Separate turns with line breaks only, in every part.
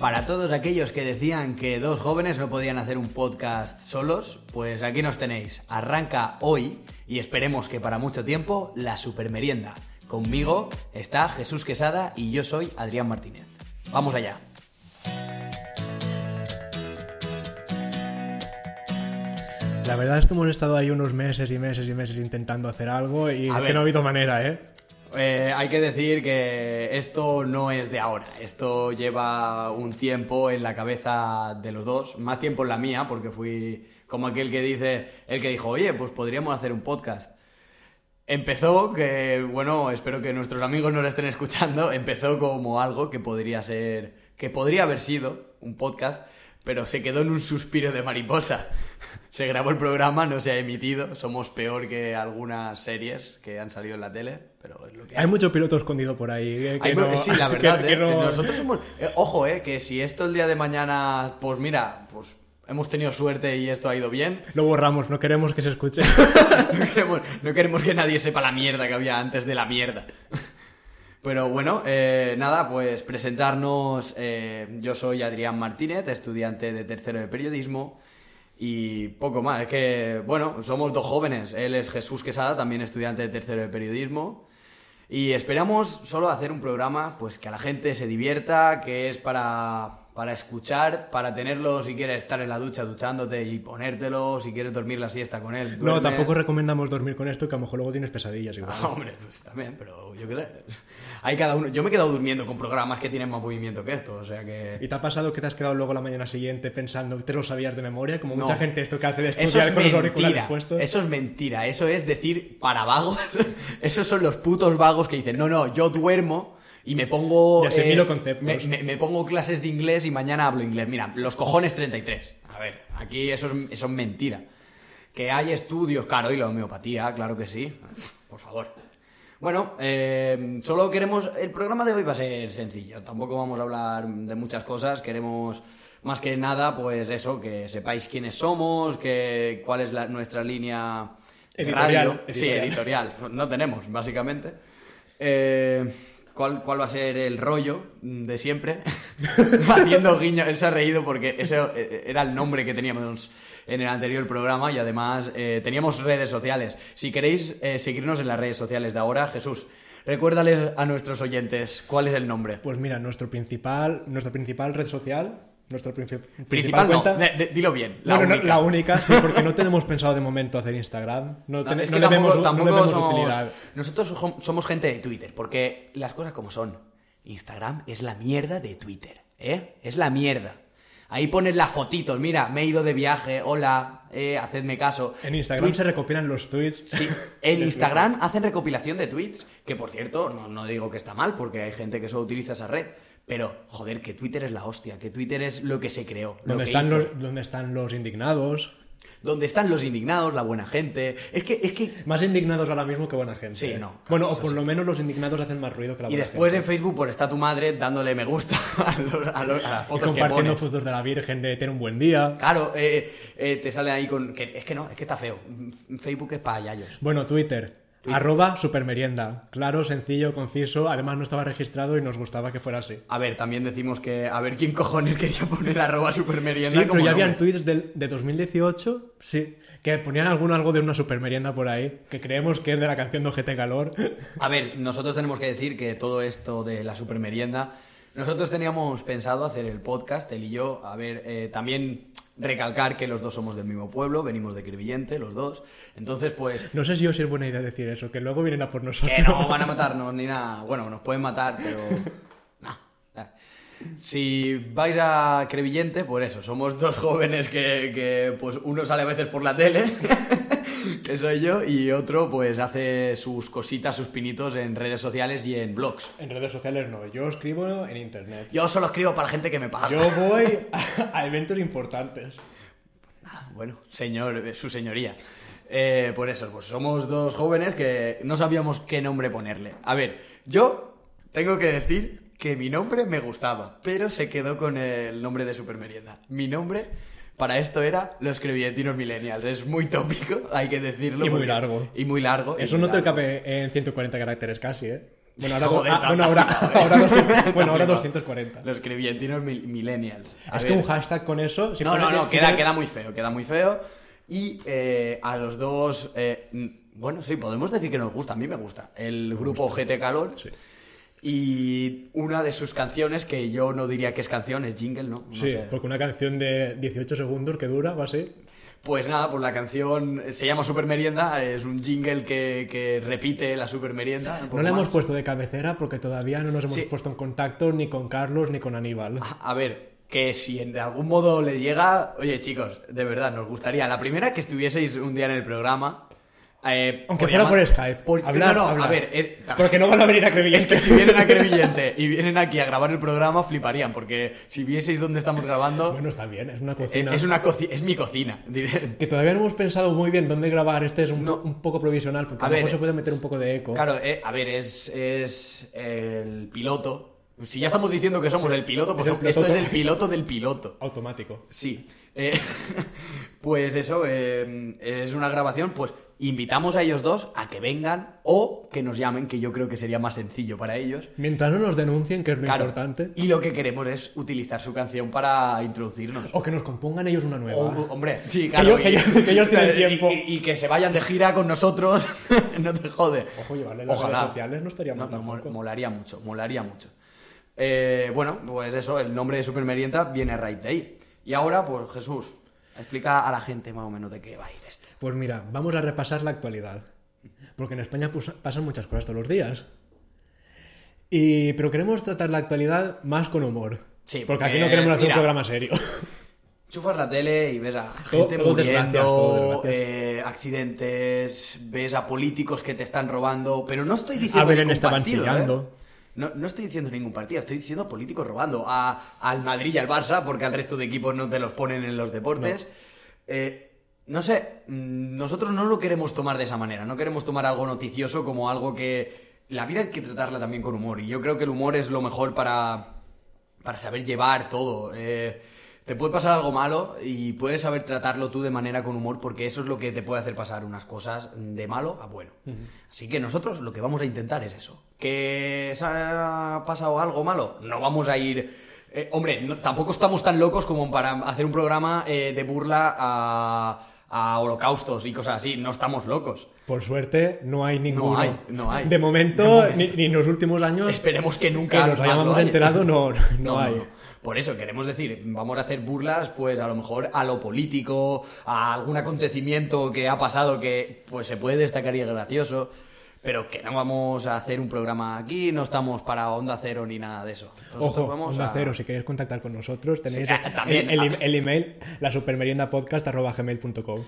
Para todos aquellos que decían que dos jóvenes no podían hacer un podcast solos, pues aquí nos tenéis. Arranca hoy y esperemos que para mucho tiempo la supermerienda. Conmigo está Jesús Quesada y yo soy Adrián Martínez. Vamos allá.
La verdad es que hemos estado ahí unos meses y meses y meses intentando hacer algo y
A
es que
ver.
no ha habido manera, ¿eh?
Eh, hay que decir que esto no es de ahora, esto lleva un tiempo en la cabeza de los dos, más tiempo en la mía, porque fui como aquel que dice, el que dijo, oye, pues podríamos hacer un podcast. Empezó, que bueno, espero que nuestros amigos no lo estén escuchando, empezó como algo que podría ser, que podría haber sido un podcast, pero se quedó en un suspiro de mariposa. Se grabó el programa, no se ha emitido, somos peor que algunas series que han salido en la tele, pero es lo que
Hay mucho piloto escondido por ahí. eh, que
Hay
no-
mu- sí, la
que-
verdad,
que
eh,
no-
nosotros somos... eh, ojo, eh, que si esto el día de mañana, pues mira, pues hemos tenido suerte y esto ha ido bien,
Lo borramos, no queremos que se escuche.
no, queremos, no queremos que nadie sepa la mierda que había antes de la mierda. Pero bueno, eh, nada, pues presentarnos. eh, yo soy Adrián Martínez, estudiante de tercero de periodismo. Y poco más, es que, bueno, somos dos jóvenes. Él es Jesús Quesada, también estudiante de tercero de periodismo. Y esperamos solo hacer un programa pues que a la gente se divierta, que es para, para escuchar, para tenerlo si quieres estar en la ducha duchándote y ponértelo, si quieres dormir la siesta con él.
no,
duermes.
tampoco recomendamos dormir con esto, que a lo mejor luego tienes pesadillas igual.
Hombre, pues también, pero yo qué sé. Hay cada uno. Yo me he quedado durmiendo con programas que tienen más movimiento que esto, o sea que.
¿Y te ha pasado que te has quedado luego la mañana siguiente pensando que te lo sabías de memoria? Como
No.
mucha gente esto que hace de
Eso
estudiar
es
con los auriculares
mentira.
puestos.
Eso es mentira. Eso es decir para vagos. Esos son los putos vagos que dicen, no, no, yo duermo y me pongo. eh,
Y asimilo conceptos.
Me, me- me pongo clases de inglés y mañana hablo inglés. Mira, los cojones 33. A ver, aquí eso es, eso es mentira. Que hay estudios, claro, y la homeopatía, claro que sí. Por favor. Bueno, eh, solo queremos. El programa de hoy va a ser sencillo. Tampoco vamos a hablar de muchas cosas. Queremos, más que nada, pues eso, que sepáis quiénes somos, que, cuál es la- nuestra línea de
Editorial,
radio. Sí,
editorial.
editorial. No tenemos, básicamente. Eh, ¿cuál, ¿Cuál va a ser el rollo de siempre? Haciendo guiño. Él se ha reído porque ese eh, era el nombre que teníamos en el anterior programa y además eh, teníamos redes sociales. Si queréis eh, seguirnos en las redes sociales de ahora, Jesús, recuérdales a nuestros oyentes cuál es el nombre.
Pues mira, nuestro principal, nuestra principal red social, nuestra princip- principal
Principal, no.
cuenta...
de- de- dilo bien. La
Bueno, no,
única.
la única, sí, porque no tenemos pensado de momento hacer Instagram. No,
No,
ten-
es
no
que
le
tampoco-
vemos, no le
tampoco
vemos
somos-
utilidad.
Nosotros jo- somos gente de Twitter, porque las cosas como son. Instagram es la mierda de Twitter, ¿eh? Es la mierda. Ahí pones las fotitos, mira, me he ido de viaje, hola, eh, hacedme caso.
En Instagram
Twi-
se recopilan los tweets.
Sí, en Instagram hacen recopilación de tweets, que por cierto, no, no digo que está mal, porque hay gente que solo utiliza esa red, pero joder, que Twitter es la hostia, que Twitter es lo que se creó. lo
Donde
que
están,
hizo.
los, donde están los indignados.
Donde están los indignados, la buena gente. Es que, es que
Más indignados ahora mismo que buena gente.
Sí,
¿eh?
no, claro,
Bueno,
eso
o por
sí.
lo menos los indignados hacen más ruido que la
Y
buena
después en
gente.
Facebook, pues está tu madre dándole me gusta a, los- a los- a las
Y
fotos que
compartiendo
pones.
fotos de la Virgen de tener un buen día.
Claro, eh, eh, te sale ahí con... que- es que no, es que está feo. Facebook es para yayos.
Bueno, Twitter. Arroba supermerienda. Claro, sencillo, conciso. Además no estaba registrado y nos gustaba que fuera así.
A ver, también decimos que... A ver, ¿quién cojones quería poner arroba
Sí,
supermerienda
pero
como
ya habían
nombre?
tweets del- de 2018, sí, que ponían algún algo de una supermerienda por ahí, que creemos que es de la canción de Ojete Calor.
A ver, nosotros tenemos que decir que todo esto de la supermerienda... Nosotros teníamos pensado hacer el podcast, él y yo. A ver, eh, también recalcar que los dos somos del mismo pueblo, venimos de Crevillente, los dos. Entonces, pues...
No sé si os es buena idea decir eso, que luego vienen a por nosotros.
Que no van a matarnos ni nada. Bueno, nos pueden matar, pero. No. Si vais a Crevillente, por eso, somos dos jóvenes que, que, pues uno sale a veces por la tele, que soy yo, y otro pues hace sus cositas, sus pinitos en redes sociales y en blogs.
En redes sociales no, yo escribo en internet.
Yo solo escribo para la gente que me paga.
Yo voy a, a eventos importantes.
Bueno, señor, eh, su señoría. Eh, pues eso, pues somos dos jóvenes que no sabíamos qué nombre ponerle. A ver, yo tengo que decir que mi nombre me gustaba, pero se quedó con el nombre de Supermerienda. Mi nombre para esto era Los Crevillentinos Millennials. Es muy tópico, hay que decirlo.
Y muy
porque-
largo.
Y muy largo. y
Eso
muy
no te
largo.
cabe en 140 caracteres casi, ¿eh? Bueno, ahora,
Joder,
ah, bueno, ahora,
tanta flipado,
ahora
eh.
doscientos-
Tanta
bueno, ahora
flipado.
240.
Los creyentinos mil- millennials. A
es que
ver.
un hashtag con eso. si
No, no,
pones-
no,
si
queda,
pones-
queda muy feo, queda muy feo. Y eh, a los dos, eh, mm, bueno, sí, podemos decir que nos gusta, a mí me gusta, el grupo GT Calor.
Sí.
Y una de sus canciones, que yo no diría que es canción, es jingle, ¿no? No
Sí,
sé.
porque una canción de 18 segundos que dura o así.
Pues nada, pues la canción se llama Super Merienda, es un jingle que, que repite la Super Merienda.
No la hemos puesto de cabecera porque todavía no nos hemos
Sí. Ah.
puesto en contacto ni con Carlos ni con Aníbal.
A ver, que si en- de algún modo les llega, oye chicos, de verdad, nos gustaría. La primera que estuvieseis un día en el programa. eh,
Aunque fuera
llama-
por Skype.
por-
Hablar,
no, no,
hablar.
a ver. es-
Porque no van a venir a Crevillente.
Es que si vienen a Crevillente y vienen aquí a grabar el programa, fliparían, porque si vieseis dónde estamos grabando,
Bueno, está bien, es una
eh,
cocina.
es, una coci- es mi cocina. diré.
Que todavía no hemos pensado muy bien dónde grabar. Este es un,
No.
un poco provisional porque
A
a, lo
ver,
mejor se puede meter un poco de eco.
Claro, eh, a ver, es, es el piloto. Si ya estamos diciendo que somos el piloto, pues
Es el
esto
piloto.
es el piloto del piloto.
Automático.
Sí. Eh, pues eso, eh, es una grabación, pues invitamos a ellos dos a que vengan o que nos llamen, que yo creo que sería más sencillo para ellos.
Mientras no nos denuncien, que es lo
Claro.
importante.
Y lo que queremos es utilizar su canción para introducirnos.
O que nos compongan ellos una nueva.
O- hombre, sí,
¿ah? Que
claro.
ellos- que ellos- que ellos tienen tiempo.
Y, y que se vayan de gira con nosotros. no te jode.
Ojo, llevarle las
Ojalá.
redes sociales no estaría mal
no, mol-
tampoco.
Molaría mucho, molaría mucho. Eh, bueno, pues eso, el nombre de Supermerienta viene right de ahí. Y ahora, pues Jesús, explica a la gente más o menos de qué va a ir esto.
Pues mira, vamos a repasar la actualidad. Porque en España pues, pasan muchas cosas todos los días. Y, pero queremos tratar la actualidad más con humor.
Sí,
porque
porque,
aquí no queremos hacer
mira,
un programa serio.
Chufas la tele y ves a
Todo-
gente
todo desgracias, todo
muriendo,
desgracias.
eh, accidentes, ves a políticos que te están robando, pero no estoy diciendo
A Belén
ningún
estaban
partido,
chillando.
¿eh? No, no estoy diciendo ningún partido, estoy diciendo políticos robando a, al Madrid y al Barça, porque al resto de equipos no te los ponen en los deportes. Eh, no sé, mm, nosotros no lo queremos tomar de esa manera, no queremos tomar algo noticioso como algo que... La vida hay que tratarla también con humor, y yo creo que el humor es lo mejor para, para saber llevar todo. Eh, te puede pasar algo malo y puedes saber tratarlo tú de manera con humor porque eso es lo que te puede hacer pasar unas cosas de malo a bueno. Así que nosotros lo que vamos a intentar es eso. ¿Que se ha pasado algo malo? No vamos a ir... eh, hombre, no- tampoco estamos tan locos como para hacer un programa eh, de burla a, a holocaustos y cosas así. No estamos locos.
Por suerte, no hay ninguno.
hay, no hay.
De momento,
De momento.
Ni, ni en los últimos años
Esperemos que
que
nunca
nos
más lo
hayamos
haya.
enterado, no, no, no hay.
Por eso queremos decir, vamos a hacer burlas, pues a lo mejor a lo político, a algún acontecimiento que ha pasado que pues se puede destacar y es gracioso, pero que no vamos a hacer un programa aquí, no estamos para onda cero ni nada de eso. Nosotros
Ojo,
vamos
Onda
a-
Cero, si queréis contactar con nosotros, tenéis
Sí, ah, también,
el, el-
ah.
el email, la supermeriendapodcast.gmail.com.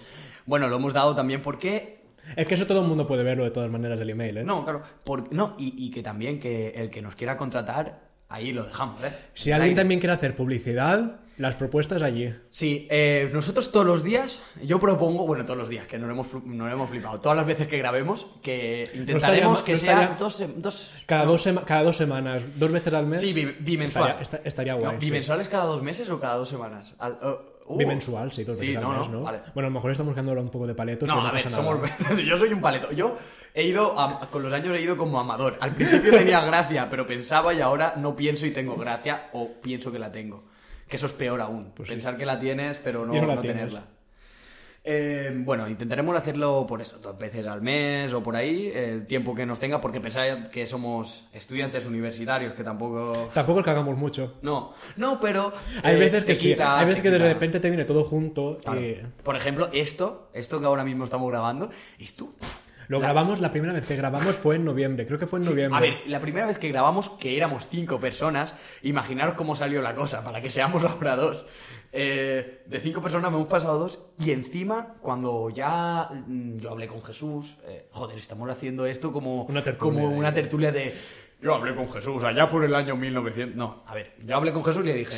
Bueno, lo hemos dado también porque
Es que eso todo el mundo puede verlo de todas maneras del email, ¿eh?
no, claro, por- no y, y que también que el que nos quiera contratar ahí lo dejamos, ¿eh?
Si
En el
alguien
aire.
también quiere hacer publicidad, las propuestas allí.
Sí, eh, nosotros todos los días, yo propongo, bueno, todos los días, que no lo hemos, fl- no lo hemos flipado, todas las veces que grabemos, que intentaremos
llama-
que
no está
sea
ya-
dos, se- dos-
Cada, dos sema- cada dos semanas, dos veces al mes.
Sí, bi- bimensual.
Estaría, esta- estaría
No,
guay. sí.
¿Bimensuales cada dos meses o cada dos semanas? Al- uh, uh.
Bimensual, sí, dos veces al
no,
mes,
no,
¿no?
vale.
Bueno, a lo mejor estamos quedando ahora un poco de paletos.
No,
pero
a ver,
pasa nada.
somos... yo soy un paleto. Yo he ido, a- con los años he ido como amador. Al principio tenía gracia, pero pensaba y ahora no pienso y tengo gracia o pienso que la tengo. Que eso es peor aún.
Pues sí.
Pensar que la tienes, pero no,
Y no la
no
tienes.
tenerla. Eh, bueno, intentaremos hacerlo por eso, dos veces al mes o por ahí, el tiempo que nos tenga, porque pensar que somos estudiantes universitarios, que tampoco...
Tampoco es que hagamos mucho.
No, no, pero...
Hay
eh,
veces que
te
sí,
quita-
hay veces
te
que de
quita.
repente te viene todo junto
Claro.
y
Por ejemplo, esto, esto que ahora mismo estamos grabando, esto...
lo grabamos, la primera vez que grabamos fue en noviembre, creo que fue en noviembre.
A ver, la primera vez que grabamos, que éramos cinco personas, imaginaros cómo salió la cosa, para que seamos ahora dos. Eh, de cinco personas me hemos pasado dos, y encima, cuando ya mm, yo hablé con Jesús, eh, joder, estamos haciendo esto como
Una tertulia
como
de-
una tertulia de. Yo hablé con Jesús allá por el año 1900. No, a ver, yo hablé con Jesús y le dije,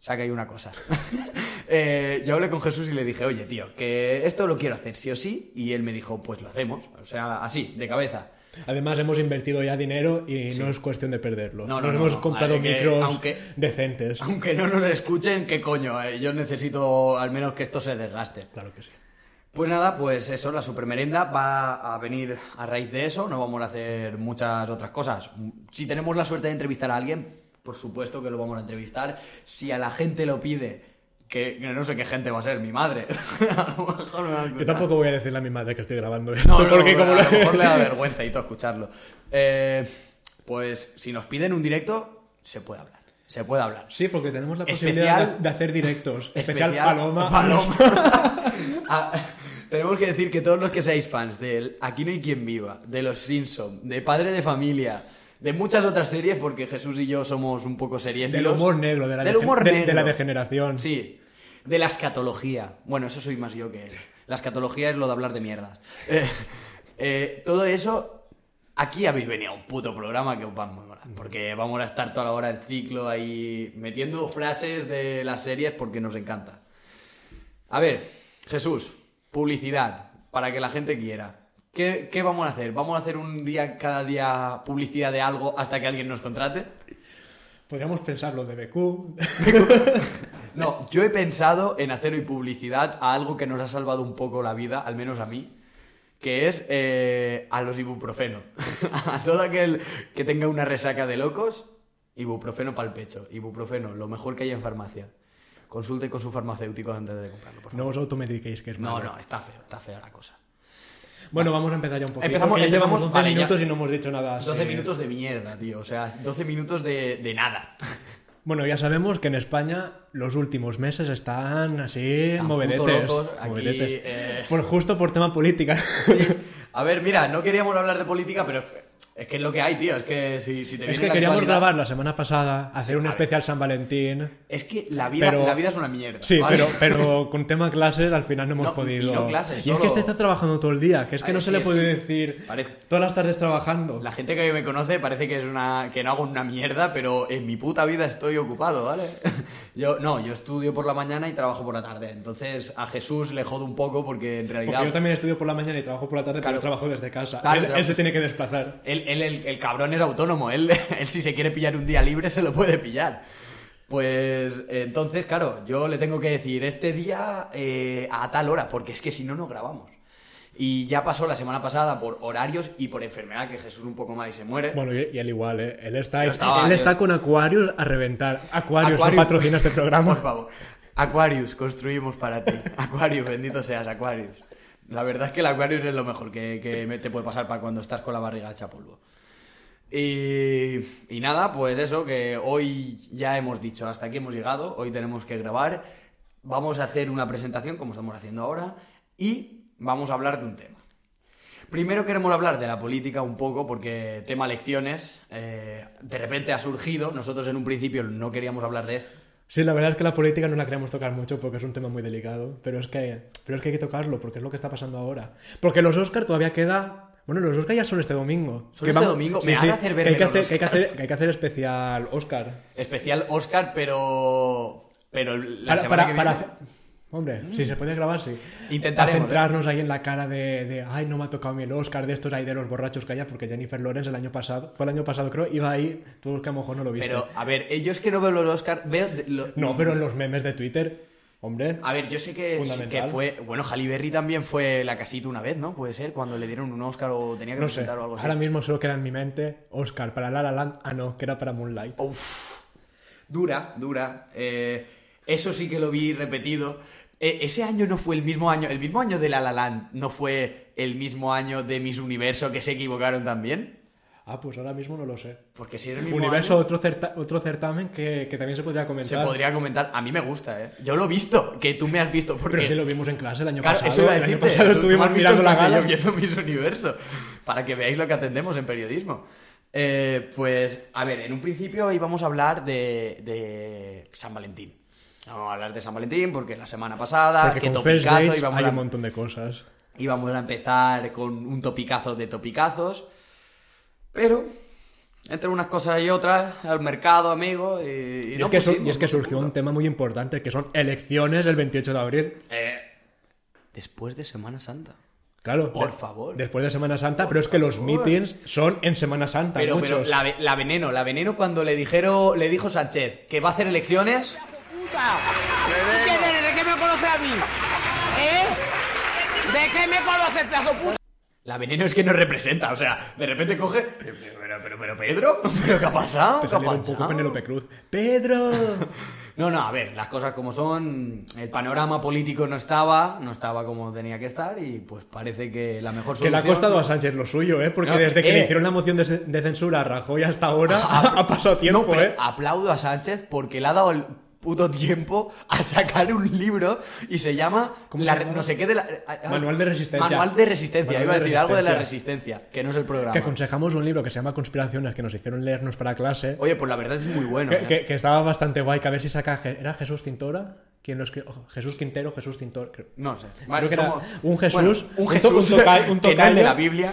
Saca ahí una cosa. Eh, yo hablé con Jesús y le dije, oye, tío, que esto lo quiero hacer sí o sí. Y él me dijo, pues lo hacemos. O sea, así, de cabeza.
Además hemos invertido ya dinero y no es cuestión de perderlo.
No, no,
Nos
no,
hemos
no.
comprado
Hay que-
micros
aunque-
decentes.
Aunque no nos escuchen, qué coño, eh, yo necesito al menos que esto se desgaste.
Claro que sí.
Pues nada, pues eso, la supermerenda va a venir a raíz de eso, no vamos a hacer muchas otras cosas. Si tenemos la suerte de entrevistar a alguien, por supuesto que lo vamos a entrevistar. Si a la gente lo pide, que no sé qué gente va a ser, mi madre. a lo mejor me va a
Yo
escuchar.
tampoco voy a decirle a mi madre que estoy grabando esto,
No, no,
porque como
a
lo-
lo mejor le da vergüenza y todo escucharlo. Eh, pues si nos piden un directo, se puede hablar. Se puede hablar.
Sí, porque tenemos la
Especial-
posibilidad de- de hacer directos. Especial, Paloma.
Ah, tenemos que decir que todos los que seáis fans del Aquí no hay quien viva, de Los Simpson, de Padre de Familia, de muchas otras series, porque Jesús y yo somos un poco series.
Del humor negro, de la,
del
degen-
humor
de-
negro.
de la degeneración.
Sí, de la escatología. Bueno, eso soy más yo que él. La escatología es lo de hablar de mierdas. Eh, eh, todo eso. Aquí habéis venido a un puto programa que os va muy
Mm.
molar, porque vamos a estar toda la hora en ciclo ahí metiendo frases de las series porque nos encanta. A ver, Jesús, publicidad, para que la gente quiera. ¿Qué, qué vamos a hacer? ¿Vamos a hacer un día, cada día, publicidad de algo hasta que alguien nos contrate?
Podríamos pensar lo de BQ.
No, yo he pensado en hacer hoy publicidad a algo que nos ha salvado un poco la vida, al menos a mí, que es eh, a los ibuprofeno. a todo aquel que tenga una resaca de locos, ibuprofeno para el pecho. Ibuprofeno, lo mejor que hay en farmacia. Consulte con su farmacéutico antes de comprarlo, por
No
favor.
os automediquéis, que es
No,
malo.
no, está feo, está fea la cosa.
Bueno, vamos a empezar ya un poquito.
Empezamos-
porque ya llevamos
empezamos-
11
vale, ya.
minutos y no hemos dicho nada.
12
sí.
minutos de mierda, tío. O sea, 12 minutos de, de nada.
Bueno, ya sabemos que en España los últimos meses están así
Tan
movedetes.
puto locos, aquí,
movedetes.
eh.
Por, justo por tema política.
A ver, mira, no queríamos hablar de política, pero es que- es que es lo que hay, tío. Es que si, si te viene
es que
la
queríamos
actualidad-
grabar la semana pasada, hacer un
a ver.
especial San Valentín.
Es que la vida,
Pero-
la vida es una mierda.
Sí,
¿vale?
pero, pero con tema clases al final no hemos
No,
podido.
y no clases,
Y es
solo-
que este está trabajando todo el día, que es que
Ay,
no
sí,
se le
es
puede
que
decir
parece-
todas las tardes trabajando.
La gente que me conoce parece que es una que no hago una mierda, pero en mi puta vida estoy ocupado, ¿vale? Yo no, yo estudio por la mañana y trabajo por la tarde. Entonces a Jesús le jodo un poco porque en
Porque
realidad
yo también estudio por la mañana y trabajo por la tarde,
Claro.
pero trabajo desde casa.
Claro,
él, él
trabajo-
se tiene que desplazar.
Él, él- el, el cabrón es autónomo, él, él si se quiere pillar un día libre se lo puede pillar. Pues entonces, claro, yo le tengo que decir este día eh, a tal hora, porque es que si no, no grabamos. Y ya pasó la semana pasada por horarios y por enfermedad, que Jesús un poco mal y se muere.
Bueno, y, y él igual, ¿eh? Él está,
Yo estaba- eh.
él
yo-
está con Aquarius a reventar. Aquarius,
Aquarius.
no patrocina este
Por
programa.
favor. Aquarius, construimos para ti. Aquarius, bendito seas, Aquarius. La verdad es que el Aquarius es lo mejor que, que me- te puede pasar para cuando estás con la barriga hecha polvo. Y, y nada, pues eso, que hoy ya hemos dicho, hasta aquí hemos llegado, hoy tenemos que grabar, vamos a hacer una presentación como estamos haciendo ahora y vamos a hablar de un tema. Primero queremos hablar de la política un poco porque tema elecciones eh, de repente ha surgido, nosotros en un principio no queríamos hablar de esto,
Sí, la verdad es que la política no la queremos tocar mucho porque es un tema muy delicado. Pero es que, pero es que hay que tocarlo porque es lo que está pasando ahora. Porque los Oscar todavía queda. Bueno, los Oscar ya son este domingo.
¿Son este domingo? Me van a hacer
que hay que
verme los
hacer, que hay que hacer- que hay que hacer especial Oscar.
Especial Oscar, pero. Pero la
Para,
semana
para-
que
para
viene- Mm.
hacer- Hombre, si se puede grabar, sí.
Intentaremos, ¿eh?
A centrarnos ahí en la cara de, de, ay, no me ha tocado a mí el Oscar, de estos ahí de los borrachos que haya, porque Jennifer Lawrence el año pasado, fue el año pasado creo, iba ahí, todos que a lo mejor no lo viste.
Pero, a ver, eh, yo es que no veo los Oscar. Veo. de- lo-
No, pero en los memes de Twitter, hombre.
A ver, yo sé que,
Fundamental.
que fue. Bueno, Halle Berry también fue la casita una vez, ¿no? Puede ser, cuando le dieron un Oscar o tenía que
No sé,
presentar o algo así.
ahora mismo solo queda en mi mente Oscar para La La Land. Ah, no, que era para Moonlight.
Uf. Dura, dura. Eh, eso sí que lo vi repetido. Eh, ese año no fue el mismo año. El mismo año de La La Land no fue el mismo año de Miss Universo que se equivocaron también.
Ah, pues ahora mismo no lo sé.
Porque si es el mismo
Universo,
año-
otro, certa- otro certamen que, que también se podría
Se
comentar.
podría comentar. A mí me gusta, ¿eh? Yo lo he visto, que tú me has visto. Porque...
Pero sí lo vimos en clase el año
Claro,
pasado.
eso iba a
el año
decirte.
pasado
tú- tú me
estuvimos
has visto
mirando
en
la
clase,
gala.
yo viendo Miss Universo. Para que veáis lo que atendemos en periodismo. Eh, pues, a ver, en un principio íbamos a hablar de, de San Valentín. Vamos a hablar de San Valentín porque la semana pasada,
Porque
que
con First
topicazo,
Dates
íbamos
hay
a-
un montón de cosas.
íbamos a empezar con un topicazo de topicazos. Pero, entre unas cosas y otras, al mercado, amigo. Y, y
Y,
no
es que, su-
pusimos,
y es que
no
surgió un tema muy importante, que son elecciones el 28 de abril.
Eh, después de Semana Santa.
Claro.
Por
de-
favor.
Después de Semana Santa, pero es que los
favor.
meetings son en Semana Santa.
Pero, pero
muchos.
la, ve- la veneno, la veneno cuando le dijeron, le dijo Sánchez que va a hacer elecciones.
puta. ¿Tú quién eres? ¿De qué me conoces a mí? ¿Eh? ¿De ¿De qué me conoces, pedazo puto?
La veneno es que no representa, o sea, de repente coge. Pero, pero, pero, pero, Pedro, ¿pero qué ha pasado?
Te
¿Qué ha
salió un poco
pasado?
Penélope Cruz. ¡Pedro!
No, no, a ver, las cosas como son, el panorama político no estaba, no estaba como tenía que estar y pues parece que la mejor
que
solución...
le ha costado a Sánchez lo suyo, ¿eh? Porque
No,
desde que
eh.
le hicieron la moción de, ce- de censura a Rajoy hasta ahora ha pasado tiempo,
No, pero ah,
¿eh?
aplaudo a Sánchez porque le ha dado el puto tiempo a sacar un libro y se llama,
¿Cómo
la-
se llama?
no sé qué de la... ah,
Manual de resistencia.
Manual de resistencia,
Manual
iba a
de
decir algo de la
resistencia.
resistencia, que no es el programa.
Que aconsejamos un libro que se llama Conspiraciones que nos hicieron leernos para clase.
Oye, pues la verdad es muy bueno.
que,
¿eh?
que- que estaba bastante guay, que a ver si saca... Je- ¿Era Jesús Tintora? ¿Quién lo escribió? Ojo, Jesús Quintero, Jesús Tintora... creo.
No sé.
Creo que
somos-
era un Jesús,
Bueno,
un
un
to-
Jesús,
un toca- un
que era el de
tocayo.
la Biblia.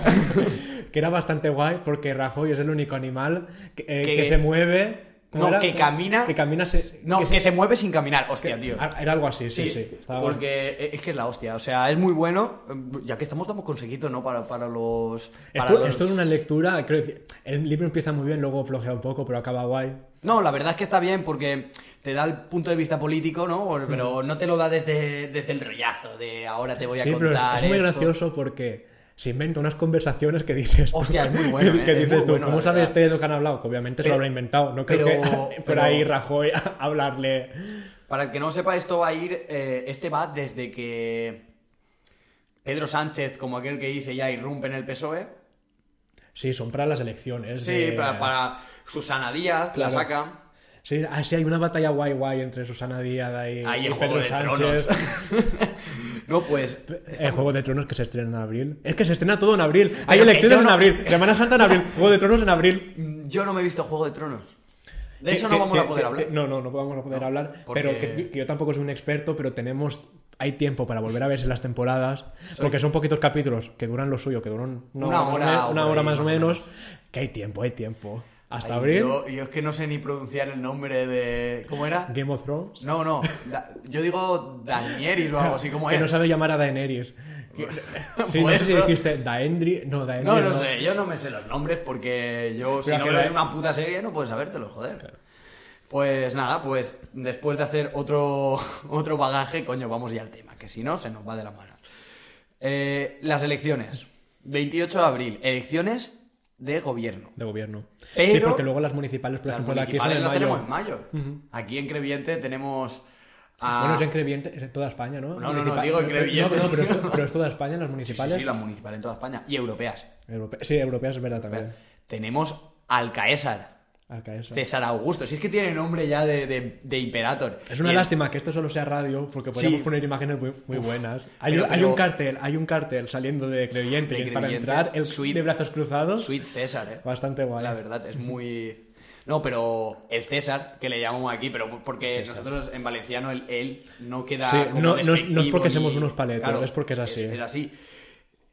que era bastante guay porque Rajoy es el único animal que, eh,
Que-
que se mueve... ¿cómo
No,
era?
que camina.
Que camina... se-
No, que,
se-
se... mueve sin caminar. Hostia, tío.
Ah, Era algo así, sí, sí. Estaba-
porque e- es que es la hostia. O sea, es muy bueno. Ya que estamos, damos consejitos, ¿no? Para, para los. para
Esto,
los-
esto es una lectura, quiero decir, el libro empieza muy bien, luego flojea un poco, pero acaba guay.
No, la verdad es que está bien porque te da el punto de vista político, ¿no? Pero no te lo da desde, desde el rollazo de ahora te voy a
Mm. Sí, pero
contar.
es muy
esto.
gracioso porque se inventa unas conversaciones que dices tú.
Hostia, es muy bueno,
que,
¿eh?
que
Es muy
dices tú,
bueno,
¿cómo
la
sabe
verdad.
este de lo que han hablado? Que obviamente se
Pero-
lo habrá inventado, no creo
pero-
que por
pero-
ahí Rajoy a hablarle.
Para el que no sepa, esto va a ir. eh, este va desde que. Pedro Sánchez, como aquel que dice ya irrumpe en el PSOE.
Sí, son para las elecciones.
E". Sí,
de-
para, para Susana Díaz,
Claro.
la saca.
Sí, ah, sí, hay una batalla guay guay entre Susana Díaz ahí
Ahí
y
el
Pedro
Juego de
Sánchez.
Tronos. no, pues.
El Juego de Tronos que se estrena en abril. Es que se estrena todo en abril. Hay
que
elecciones
yo
en
no-
abril. Semana Santa en abril. Juego de Tronos en abril.
mm, Yo no me he visto Juego de Tronos. De
Que-
eso no
que-
vamos
que-
a poder
que-
hablar.
que- no, no, no vamos a poder hablar.
porque-
Pero que, que yo tampoco soy un experto, pero tenemos. Hay tiempo para volver a verse las temporadas. Porque son poquitos capítulos que duran lo suyo, que duran una,
Una
hora, más
hora
o men-
o
una
por
hora
ahí, más
más o
o
menos. Que hay tiempo, hay tiempo. Hasta
Ay,
abril,
Yo, yo es que no sé ni pronunciar el nombre de. ¿Cómo era?
Game of Thrones.
No, no. Da- yo digo Danieris o algo así como
que
es.
no sabe llamar a Daenerys. Que- sí, no
Pues
sé si
eso.
dijiste Daendri. No, Daenerys.
No, no sé, yo no me sé los nombres porque yo, si
Pero
no
que
me ves
da-
una puta serie, no puedes sabértelo, joder. Pues nada, pues después de hacer otro, otro bagaje, coño, vamos ya al tema, que si no, se nos va de la mano. Eh, las elecciones. 28 de abril, elecciones de gobierno.
De gobierno. Sí,
Pero-
porque luego las municipales, por
Las
ejemplo, de pues aquí son
municipales
en
las
mayo.
tenemos en mayo. Aquí en Creviente tenemos a...
Bueno, es en Crevillente, es en toda España, ¿no?
No, no, no,
Municipal-
digo en
pero-
Crevillente.
No, no, pero, es, pero es toda España, las
Sí, sí,
municipales.
sí, las municipales en toda España. Y europeas.
Europe- Sí, europeas es verdad también. Ah,
Tenemos al Caésar.
Alcaesa.
César Augusto. Si es que tiene nombre ya de, de, de Imperator.
Es una
Y el-
lástima que esto solo sea radio, porque podríamos poner imágenes muy, muy buenas. Hay,
pero-
un- hay
pero-
un cartel, hay un cartel saliendo de Crevillente
De
que para
Crevillente,
entrar, el
Sweet-
de brazos cruzados,
Sweet César, ¿eh?
bastante guay.
La verdad, es muy... No, pero el César, que le llamamos aquí, pero porque nosotros en valenciano el él no queda
Sí,
como
no- no es- no es
despectivo
porque
ni-
seamos unos paletos, es porque es así. ¿eh?
Es, así.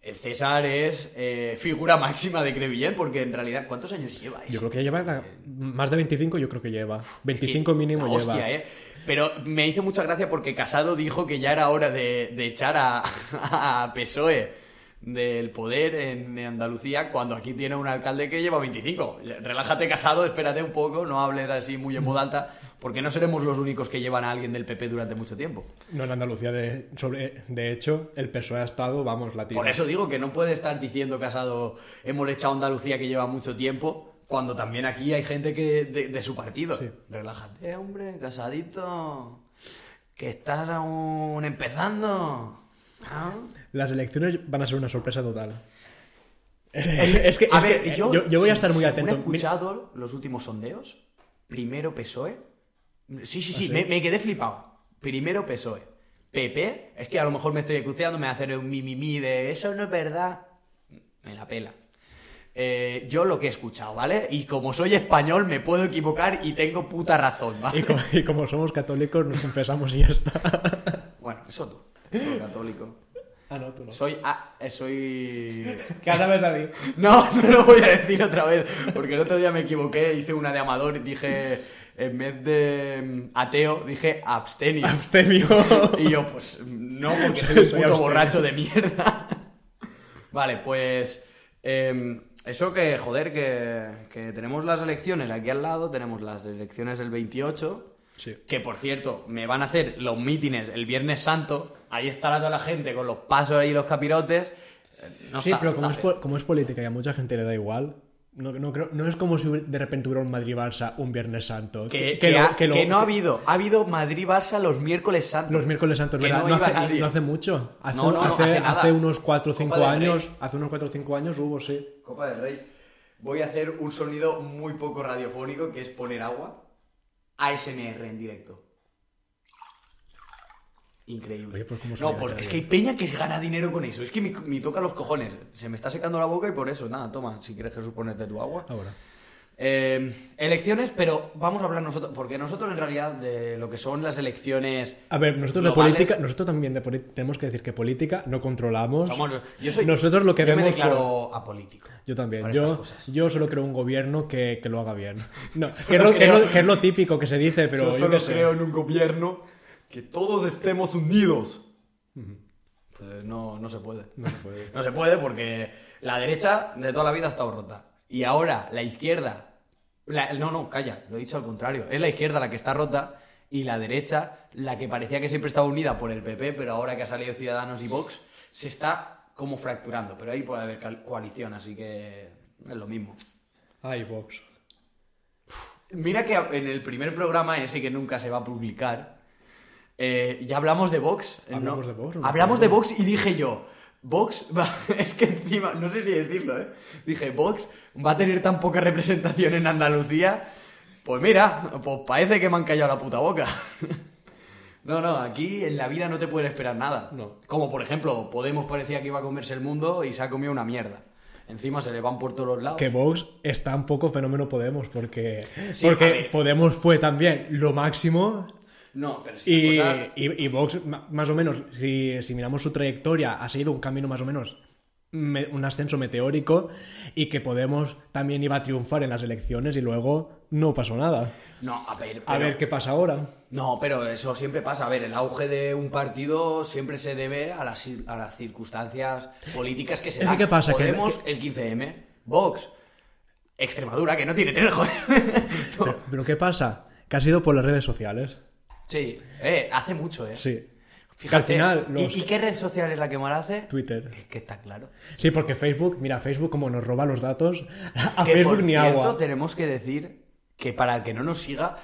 El César es eh, figura máxima de Crevillent, porque en realidad, ¿cuántos años lleva?
Yo creo que lleva la- más de 25, yo creo que lleva.
que-
25 mínimo
la hostia,
lleva.
¿eh? Pero me hizo mucha gracia porque Casado dijo que ya era hora de, de echar a, a PSOE del poder en Andalucía cuando aquí tiene un alcalde que lleva 25. Relájate Casado, espérate un poco, no hables así muy en voz alta porque no seremos los únicos que llevan a alguien del PP durante mucho tiempo.
No en Andalucía, de, sobre, de hecho, el PSOE E ha estado, vamos, la tira.
Por eso digo que no puede estar diciendo Casado hemos echado a Andalucía que lleva mucho tiempo cuando también aquí hay gente que de, de su partido.
Sí.
Relájate, hombre, Casadito. Que estás aún empezando. ¿Ah?
Las elecciones van a ser una sorpresa total. es que,
a
es
ver,
que, eh,
yo,
yo, yo voy a
se-
estar muy
según
atento.
he escuchado los últimos sondeos. Primero PSOE. E. Sí,
¿Ah,
sí, sí, me, me quedé flipado. Primero PSOE. PP, E. es que a lo mejor me estoy escuchando, me va a hacer un mimimi de eso no es verdad. Me la pela. Eh, yo lo que he escuchado, ¿vale? Y como soy español, me puedo equivocar y tengo puta razón, ¿vale?
Y, co- y como somos católicos, nos confesamos y ya está.
Bueno, eso tú, soy católico.
Ah, no, tú no.
Soy. ah, eh, soy.
¿Qué sabes a ti?
No, no lo voy a decir otra vez, porque el otro día me equivoqué, hice una de amador y dije, en vez de mm, ateo, dije abstenio.
Abstemio.
Y yo, pues no, porque soy un
Soy
puto
abstemio.
borracho de mierda. Vale, pues em, eso que, joder, que, que tenemos las elecciones aquí al lado, tenemos las elecciones el 28.
Sí.
Que por cierto, me van a hacer los mítines el Viernes Santo. Ahí estará toda la gente con los pasos ahí y los capirotes. Eh, No
sí,
está-
pero
está
como es,
feo.
po- como es política y a mucha gente le da igual, no, no, creo, no es como si de repente hubiera un Madrid-Barça un Viernes Santo.
que,
que
que
lo-
ha-
que lo-
que no ha habido. Ha habido Madrid-Barça los miércoles santos.
Los miércoles santos,
Que
¿verdad?
no
No,
iba
hace,
nadie.
no hace mucho. Hace,
No, no, no,
hace-
hace nada.
hace unos 4 o 5
Copa del Rey.
años. Hace unos 4 o 5 años hubo, sí.
Copa del Rey. Voy a hacer un sonido muy poco radiofónico, que es poner agua. ASMR en directo. Increíble.
Oye, pues, ¿cómo se
no,
le
pues
da
es
bien?
que hay peña que gana dinero con eso. Es que me, me toca los cojones. Se me está secando la boca y por eso, nada, toma, si quieres Jesús, ponete tu agua.
Ahora.
Eh, elecciones, pero vamos a hablar nosotros, porque nosotros en realidad de lo que son las elecciones...
A ver, nosotros de
globales,
política, nosotros también de poli- tenemos que decir que política no controlamos.
somos- yo soy-
nosotros lo que
yo
vemos.
me declaro apolítico.
Yo también.
para estas
Yo,
cosas.
yo solo creo un gobierno que, que lo haga bien. No, que, es lo, que es lo-
creo-
que es lo típico que se dice, pero yo,
yo solo
qué sé.
creo en un gobierno que todos estemos unidos. Pues no, no se puede.
No se puede.
No se puede porque la derecha de toda la vida ha estado rota. Y ahora la izquierda. la- no, no, calla, lo he dicho al contrario. Es la izquierda la que está rota y la derecha, la que parecía que siempre estaba unida por el PP, pero ahora que ha salido Ciudadanos y Vox, se está como fracturando. Pero ahí puede haber cal- coalición, así que es lo mismo.
Ay, Vox.
Mira que en el primer programa, ese que nunca se va a publicar, eh, ya hablamos de Vox. ¿no?
¿Hablamos de Vox?
Hablamos de Vox y dije yo, Vox va... Es que encima, no sé si decirlo, ¿eh? Dije, Vox va a tener tan poca representación en Andalucía. Pues mira, pues parece que me han callado la puta boca. No, no, aquí en la vida no te pueden esperar nada.
No.
Como por ejemplo, Podemos parecía que iba a comerse el mundo y se ha comido una mierda. Encima se le van por todos lados.
Que Vox está un poco fenómeno Podemos, porque,
Sí, a
porque
ver.
Podemos fue también lo máximo
No, pero si
Y,
la cosa-
y- y Vox, ma- más o menos, si, si miramos su trayectoria, ha seguido un camino más o menos, me- un ascenso meteórico, y que Podemos también iba a triunfar en las elecciones y luego no pasó nada.
No, a ver,
A
pero-
ver qué pasa ahora.
No, pero eso siempre pasa. A ver, el auge de un partido siempre se debe a las, cir- a las circunstancias políticas que se
Es
dan.
que pasa que-
Podemos, el 15M, Vox, Extremadura, que no tiene tren, joder. No.
Pero, pero ¿qué pasa? Que ha sido por las redes sociales.
Sí, eh, hace mucho, ¿eh?
Sí.
Fíjate.
Que al final,
¿Y-
los-
¿Y, qué red social es la que más hace?
Twitter.
Es que está claro.
Sí, porque Facebook, mira, Facebook como nos roba los datos, a
Que,
Facebook
por
ni
cierto,
agua.
tenemos que decir que para el que no nos siga,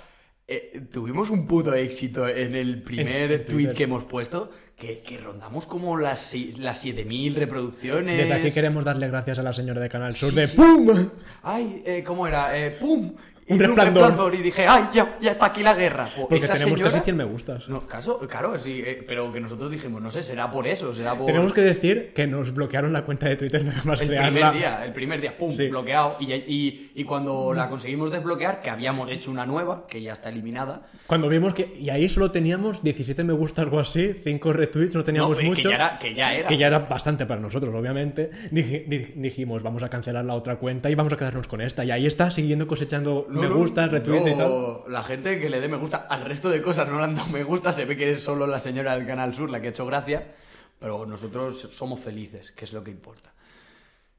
eh, tuvimos un puto éxito en el primer
en
tweet
Twitter.
que hemos puesto, que, que rondamos como las, si- las 7000 reproducciones.
Desde aquí queremos darle gracias a la señora de Canal Sur
Sí,
de
sí.
¡Pum!
Ay, eh, ¿cómo era? Eh, ¡Pum! Y
Un
vi
resplandor.
Y dije, ¡ay, ya, ya está aquí la guerra! Po,
Porque
esa
tenemos
señora-
casi 100 me gustas.
No, caso, claro, sí, eh, pero que nosotros dijimos, no sé, será por eso, será por.
Tenemos que decir que nos bloquearon la cuenta de Twitter nada más
El
crearla.
primer día, el primer día, pum,
Sí. Mm.
bloqueado. Y, y- y cuando la conseguimos desbloquear, que habíamos hecho una nueva, que ya está eliminada.
Cuando vimos que. Y ahí solo teníamos 17 me gusta, algo así, 5 retweets, no
No,
teníamos
que,
mucho.
ya era, que ya era.
que ya era bastante para nosotros, obviamente. Dij- dij- dijimos, vamos a cancelar la otra cuenta y vamos a quedarnos con esta. Y ahí está, siguiendo cosechando
No,
me
no,
gustas, retweets y tal.
luego La gente que le dé me gusta al resto de cosas no le han dado me gusta, se ve que es solo la señora del Canal Sur la que ha hecho gracia, pero nosotros somos felices, que es lo que importa.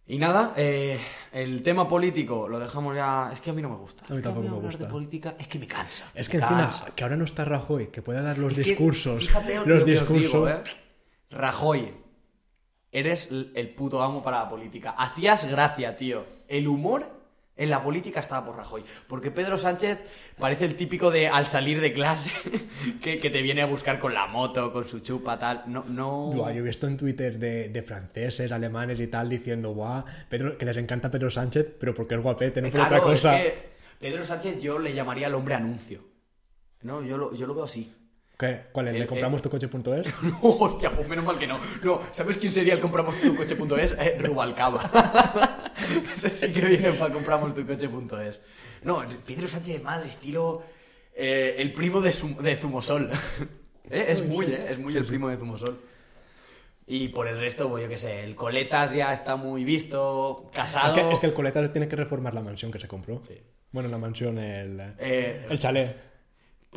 Y nada, eh, el tema político lo dejamos ya. Es que a mí no me gusta.
A mí
Es que
tampoco me
hablar de
gusta.
política es que me cansa.
Es que
me
encima,
cansa.
que ahora no está Rajoy, que pueda dar los
Es que
discursos.
fíjate lo
los
que os
discursos.
digo, ¿eh? Rajoy, eres l- el puto amo para la política. Hacías gracia, tío. El humor en la política estaba por Rajoy. Porque Pedro Sánchez parece el típico de al salir de clase que, que te viene a buscar con la moto, con su chupa, tal. No, no.
Buah, yo he visto en Twitter de, de franceses, alemanes y tal diciendo, guau, Pedro, que les encanta Pedro Sánchez, pero porque es guapete, no por
Claro,
otra
es
cosa.
que Pedro Sánchez yo le llamaría el hombre anuncio. No, yo lo, yo lo veo así.
¿Qué? ¿Cuál es?
El-
¿Le compramos tu coche.es?
No, hostia, pues menos mal que no. No, ¿sabes quién sería el compramos tu coche.es? Eh, Rubalcaba. Ese sí que viene para compramos tu coche.es. No, Pedro Sánchez más estilo eh, el primo de, Zum- de Zumosol. Eh, Es muy, eh, es muy el primo de Zumosol. Y por el resto, pues yo qué sé, el Coletas ya está muy visto,
Es
casado.
que, es que el coleta tiene que reformar la mansión que se compró.
Sí.
Bueno, la mansión, el,
Eh,
el chalet.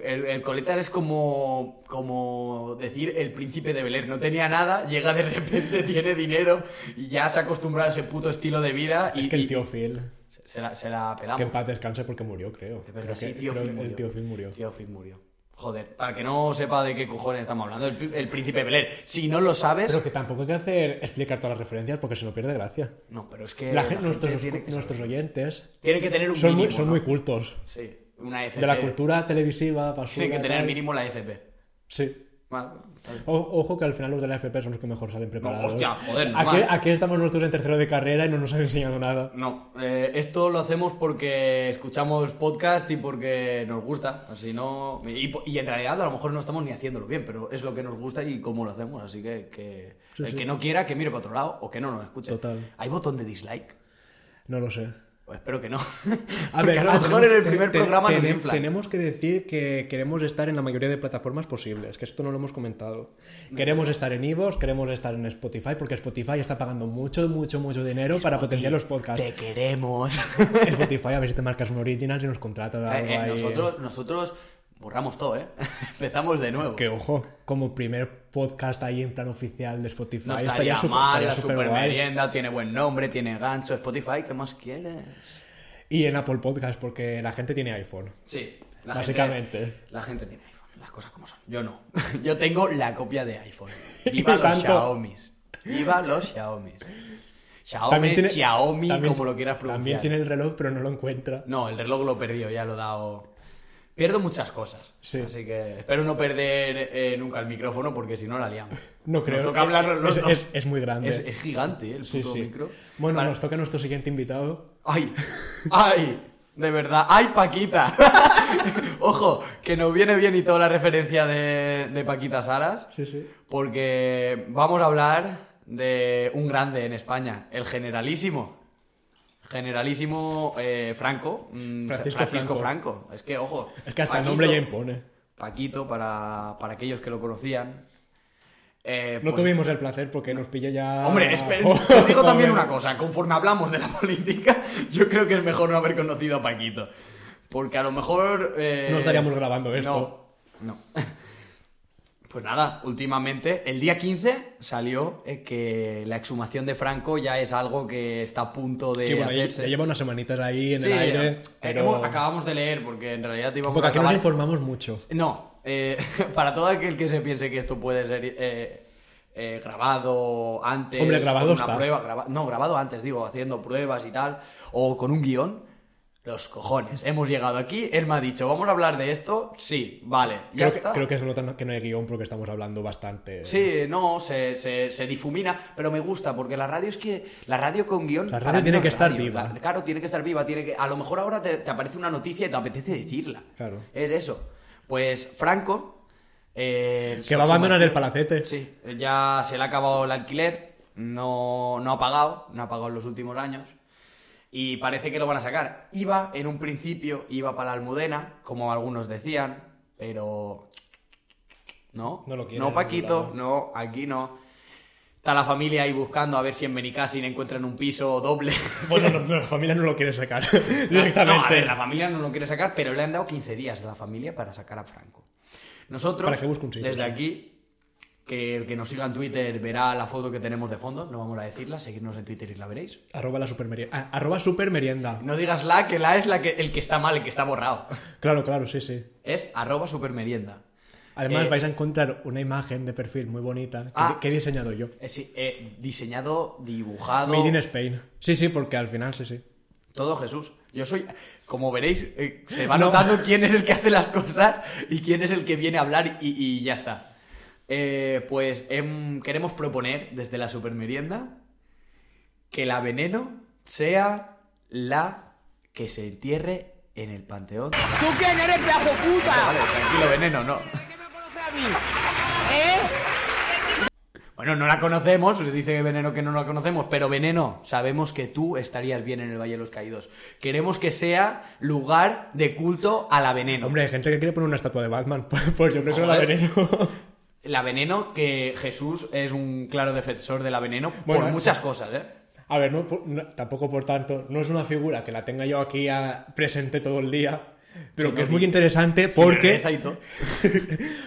El, el Coletas es como, como decir el príncipe de Beler. No tenía nada, llega de repente, tiene dinero y ya se ha acostumbrado a ese puto estilo de vida. Y,
es que el
y-
tío Phil,
Se la, se la
que
pelamos.
en paz descanse porque murió, creo.
Es verdad,
Creo que-
Eh, sí, tío
creo
Phil
que
murió.
el tío Phil murió.
Tío Phil murió. Joder, para que no sepa de qué cojones estamos hablando, el, el príncipe Belén. Si no lo sabes.
Pero que tampoco hay que hacer explicar todas las referencias porque se nos pierde gracia.
No, pero es que.
La
Eh, la
gen-
gente
nuestros
tiene que
nuestros
saber.
oyentes
Tiene que tener un
son,
mínimo.
muy, son
¿no?
muy cultos.
Sí, una FP.
De la cultura televisiva, basura,
Tiene que tener
tal.
mínimo la FP.
Sí.
Vale, está bien.
O- ojo que al final los de la FP son los que mejor salen preparados.
hostia, joder, no
aquí,
mal.
aquí estamos nosotros en tercero de carrera y no nos han enseñado nada.
No, eh, esto lo hacemos porque escuchamos podcast y porque nos gusta. Así no. Y, po- y en realidad a lo mejor no estamos ni haciéndolo bien, pero es lo que nos gusta y cómo lo hacemos. Así que, que
Sí,
el
sí.
que no quiera, que mire para otro lado o que no nos escuche.
Total.
¿Hay botón de dislike?
No lo sé.
Pues espero que no. A ver, a lo mejor en el primer
te-
programa nos
tene-
inflan.
Tenemos que decir que queremos estar en la mayoría de plataformas posibles, que esto no lo hemos comentado. Queremos estar en Ivos, queremos estar en Spotify, porque Spotify está pagando mucho, mucho, mucho dinero para potenciar los podcasts.
Te queremos.
Spotify, a ver si te marcas un original y nos contratas.
Eh,
algo
eh,
ahí.
nosotros, nosotros borramos todo, ¿eh? Empezamos de nuevo.
Que ojo, como primer podcast ahí en plan oficial de Spotify.
No estaría,
súper-
mal,
estaría
la
súper
super
guay.
merienda, tiene buen nombre, tiene gancho, Spotify, ¿qué más quieres?
Y en Apple Podcast, porque la gente tiene iPhone.
Sí,
Básicamente.
gente- la gente tiene iPhone, las cosas como son. Yo no. Yo tengo la copia de iPhone. Viva
Y
los
tanto.
Xiaomi. Viva los Xiaomi. Xiaomi,
También tiene-
Xiaomi,
también-
como lo quieras pronunciar.
También tiene el reloj, pero no lo encuentra.
No, el reloj lo perdió, ya lo he dado. Pierdo muchas cosas.
Sí.
Así que espero no perder eh, nunca el micrófono porque si no la liamos.
No creo.
Nos toca hablar los
es,
dos.
es- es muy grande.
Es- es gigante eh, el
Sí,
puto
sí.
micro.
Bueno,
Para-
nos toca nuestro siguiente invitado.
¡Ay! ¡Ay! De verdad. ¡Ay, Paquita! Ojo, que nos viene bien y toda la referencia de, de Paquita Salas.
Sí, sí.
Porque vamos a hablar de un grande en España, el generalísimo. Generalísimo eh, Franco. mm,
Francisco
Franco. Es que, ojo.
Es que hasta el
Paquito-
nombre ya impone.
Paquito, para, para aquellos que lo conocían. eh,
No
pues-
tuvimos el placer porque nos pilló ya.
Hombre, espera,
Oh.
te digo también una cosa, conforme hablamos de la política, yo creo que es mejor no haber conocido a Paquito. Porque a lo mejor... eh,
No estaríamos grabando esto.
No, no. Pues nada, últimamente, el día 15 salió eh, que la exhumación de Franco ya es algo que está a punto de
Sí, bueno, ya,
hacerse.
ya lleva unas semanitas ahí en
Sí,
el aire.
eh,
Pero...
hemos- acabamos de leer, porque en realidad íbamos
Porque
a
aquí nos
acabar-
informamos mucho.
no, eh, para todo aquel que se piense que esto puede ser eh, eh, grabado antes,
Hombre, grabado
con una
está.
prueba, graba- no, grabado antes, digo, haciendo pruebas y tal, o con un guión, los cojones, hemos llegado aquí, él me ha dicho, vamos a hablar de esto, sí, vale, ya
Creo que,
está.
creo que se nota que no hay guión porque estamos hablando bastante.
Sí, no, se, se, se difumina, pero me gusta, porque la radio es que. La radio con guión.
La radio
para mí
tiene
no
que
es
estar
radio.
viva.
La- claro, tiene que estar viva, tiene que. A lo mejor ahora te, te aparece una noticia y te apetece decirla.
Claro.
Es eso. Pues Franco. eh,
Que
su-
va a
su
abandonar
marido-
el palacete.
Sí, eh, ya se le ha acabado el alquiler, no, no ha pagado, no ha pagado en los últimos años. Y parece que lo van a sacar. Iba en un principio, iba para la Almudena, como algunos decían, pero. No,
No lo quieren
no
en
Paquito,
ningún
no, aquí no. Está la familia ahí buscando a ver si en Benicassin encuentran un piso doble.
Bueno, no, no, la familia no lo quiere sacar directamente.
No, a ver, la familia no lo quiere sacar, pero le han dado 15 días a la familia para sacar a Franco. Nosotros,
Para que busque un sitio.
desde aquí, que el que nos siga en Twitter verá la foto que tenemos de fondo, no vamos a decirla, seguirnos en Twitter y la veréis.
Arroba la supermerienda. arroba supermerienda.
No digas la, que la es la que, el que está mal, el que está borrado.
Claro, claro, sí, sí.
Es arroba supermerienda.
Además
Eh,
vais a encontrar una imagen de perfil muy bonita que,
Ah.
que he diseñado yo.
Eh, sí, eh, diseñado, dibujado,
Made in Spain. Sí, sí, porque al final, sí, sí.
todo Jesús. Yo soy, como veréis, eh, se va
No.
notando quién es el que hace las cosas y quién es el que viene a hablar y, y ya está. Eh, pues em, queremos proponer desde la supermerienda que la veneno sea la que se entierre en el panteón.
¿Tú quién eres, pedazo puta?
Vale, tranquilo, veneno, no.
¿Qué me conoces a mí? ¿Eh?
Bueno, no la conocemos, le dice Veneno que no la conocemos, pero Veneno, sabemos que tú estarías bien en el Valle de los Caídos. Queremos que sea lugar de culto a la Veneno.
Hombre, hay gente que quiere poner una estatua de Batman. Pues, pues yo prefiero
Mm.
la
Joder.
veneno.
La Veneno, que Jesús es un claro defensor de la Veneno
Bueno,
por
eso-
muchas cosas, ¿eh?
A ver, no, por- no- tampoco por tanto. No es una figura que la tenga yo aquí ah, presente todo el día. Pero
Que
que,
no
es muy
dice.
interesante
Sin
porque...
vergüenza y todo.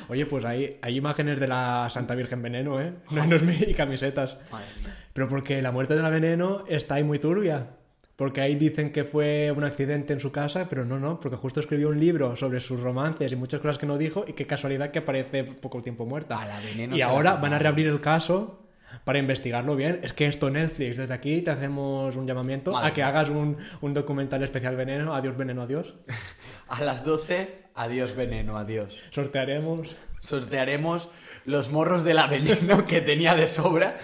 Oye, pues hay, hay imágenes de la Santa Virgen Veneno, ¿eh? No, no es mi- y camisetas.
Madre mía.
Pero porque la muerte de la veneno está ahí muy turbia. Porque ahí dicen que fue un accidente en su casa, pero no, no, porque justo escribió un libro sobre sus romances y muchas cosas que no dijo y qué casualidad que aparece poco tiempo muerta.
A la veneno
y
se la
ahora
tomaron.
van a reabrir el caso para investigarlo bien. Es que esto Netflix, desde aquí te hacemos un llamamiento
Madre
a que
mía.
hagas un, un documental especial veneno, adiós veneno, adiós.
A las 12, adiós veneno, adiós.
Sortearemos.
Sortearemos los morros de la veneno que tenía de sobra.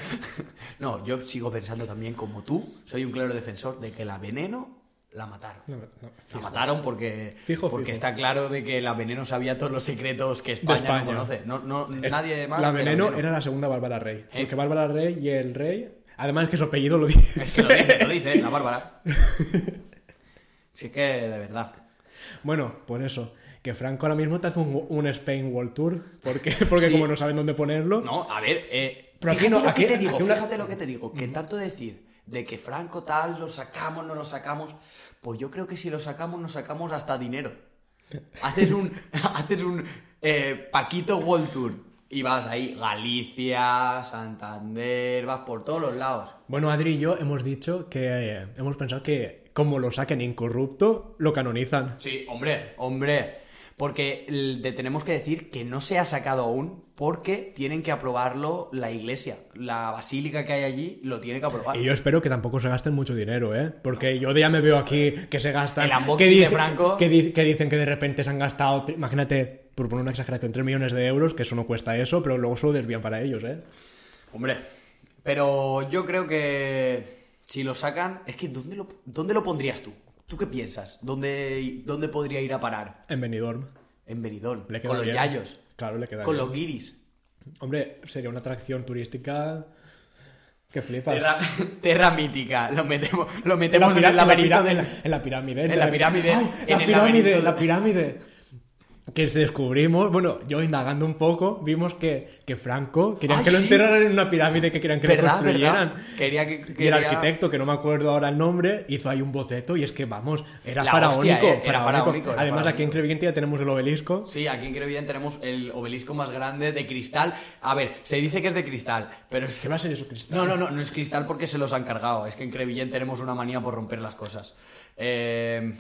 No, yo sigo pensando también como tú, soy un claro defensor de que la veneno la mataron.
No, no.
La mataron porque,
Fijo,
porque
fijo.
está claro de que la veneno sabía todos los secretos que España,
España.
no conoce. No, no,
Es-
nadie más.
La
que
veneno, era la segunda Bárbara Rey.
Eh.
Porque Bárbara Rey y el Rey. Además, que su apellido lo dice.
Es que lo dice, lo dice, la Bárbara. Si es que de verdad.
Bueno, pues eso. Que Franco ahora mismo te hace un, un Spain World Tour. Porque, porque
Sí.
como no saben dónde ponerlo.
No, a ver, eh,
Pero aquí
fíjate
no-
lo
aquí-
que te digo,
aquí una-
fíjate lo que te digo, que tanto decir de que Franco tal, lo sacamos, no lo sacamos, pues yo creo que si lo sacamos, nos sacamos hasta dinero. Haces un, haces un eh, Paquito World Tour y vas ahí, Galicia, Santander, vas por todos los lados.
Bueno, Adri y yo hemos dicho que eh, hemos pensado que como lo saquen incorrupto, lo canonizan.
Sí, hombre, hombre. Porque l- te tenemos que decir que no se ha sacado aún porque tienen que aprobarlo la iglesia. La basílica que hay allí lo tiene que aprobar.
Y yo espero que tampoco se gasten mucho dinero, ¿eh? Porque yo ya me veo aquí que se gastan.
El unboxing
que
de
dicen-
Franco.
Que, di- que dicen que de repente se han gastado. tre- Imagínate, por poner una exageración, 3 millones de euros, que eso no cuesta eso, pero luego se lo desvían para ellos, ¿eh?
Hombre, pero yo creo que si lo sacan, es que ¿dónde lo, dónde lo pondrías tú? ¿Tú qué piensas? ¿Dónde, dónde podría ir a parar?
En Benidorm.
En Benidorm,
Le queda
con los
bien.
yayos,
Claro, le queda
con
bien.
los guiris.
Hombre, sería una atracción turística que flipas.
Terra, terra mítica, lo metemos, lo
En
metemos en
pira-
el laberinto
pira- en
del...
la- en la pirámide.
en la pirámide,
¡Ay,
en
la
el
pirámide,
laberinto.
la pirámide. Que se descubrimos, bueno, yo indagando un poco, vimos que, que Franco querían
Ay,
que lo
sí.
enterraran en una pirámide que querían que lo
¿Verdad,
construyeran.
verdad? Quería que...
Y el
quería-
arquitecto, que no me acuerdo ahora el nombre, hizo ahí un boceto y es que, vamos, era
La
faraónico.
hostia, eh, era
faraónico.
faraónico, era
Además, aquí en
faraónico.
Crevillente ya tenemos el obelisco.
Sí, aquí en Crevillent tenemos el obelisco más grande de cristal. A ver, se dice que es de cristal, pero es
¿Qué va a ser eso, Cristal?
No, no, no, no es cristal porque se los han cargado. Es que en Crevillén tenemos una manía por romper las cosas. Eh,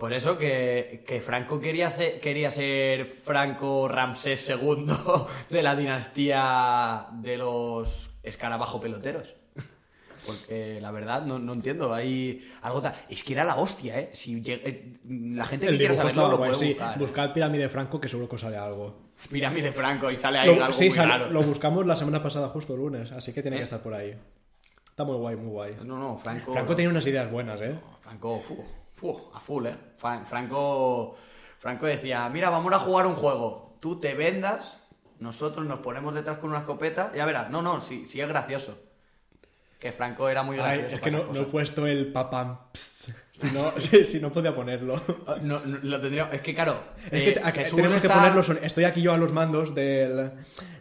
por eso que, que Franco quería, hacer- quería ser Franco Ramsés II de la dinastía de los escarabajo peloteros. Porque la verdad no, no entiendo, hay algo tan... Es que era la hostia, ¿eh? Si llega- eh, la gente que
El
quiera
dibujo
saberlo
estaba
lo
guay,
puede
sí.
buscar.
Buscad pirámide Franco, que seguro que os sale algo.
Pirámide Franco y sale ahí
Lo-
algo
sí,
muy
sal-
raro.
lo buscamos la semana pasada justo lunes, así que tiene que
¿Eh? Oh.
estar por ahí. Está muy guay, muy guay.
No, no, Franco...
Franco
no.
tiene unas ideas buenas, ¿eh?
Franco, fu, fu, a full, ¿eh? Fran- Franco, Franco decía, mira, vamos a jugar un juego. Tú te vendas, nosotros nos ponemos detrás con una escopeta. Ya verás, no, no, sí, sí es gracioso. Que Franco era muy
Ay,
gracioso.
es que
para
no,
esas
no he
cosas.
puesto el papam. pss, Si no, si, si no podía ponerlo.
Ah, no, no, lo tendría... Es que claro,
Es que
eh,
te- acá-
Jesús
tenemos que
está-
ponerlo. son- Estoy aquí yo a los mandos del-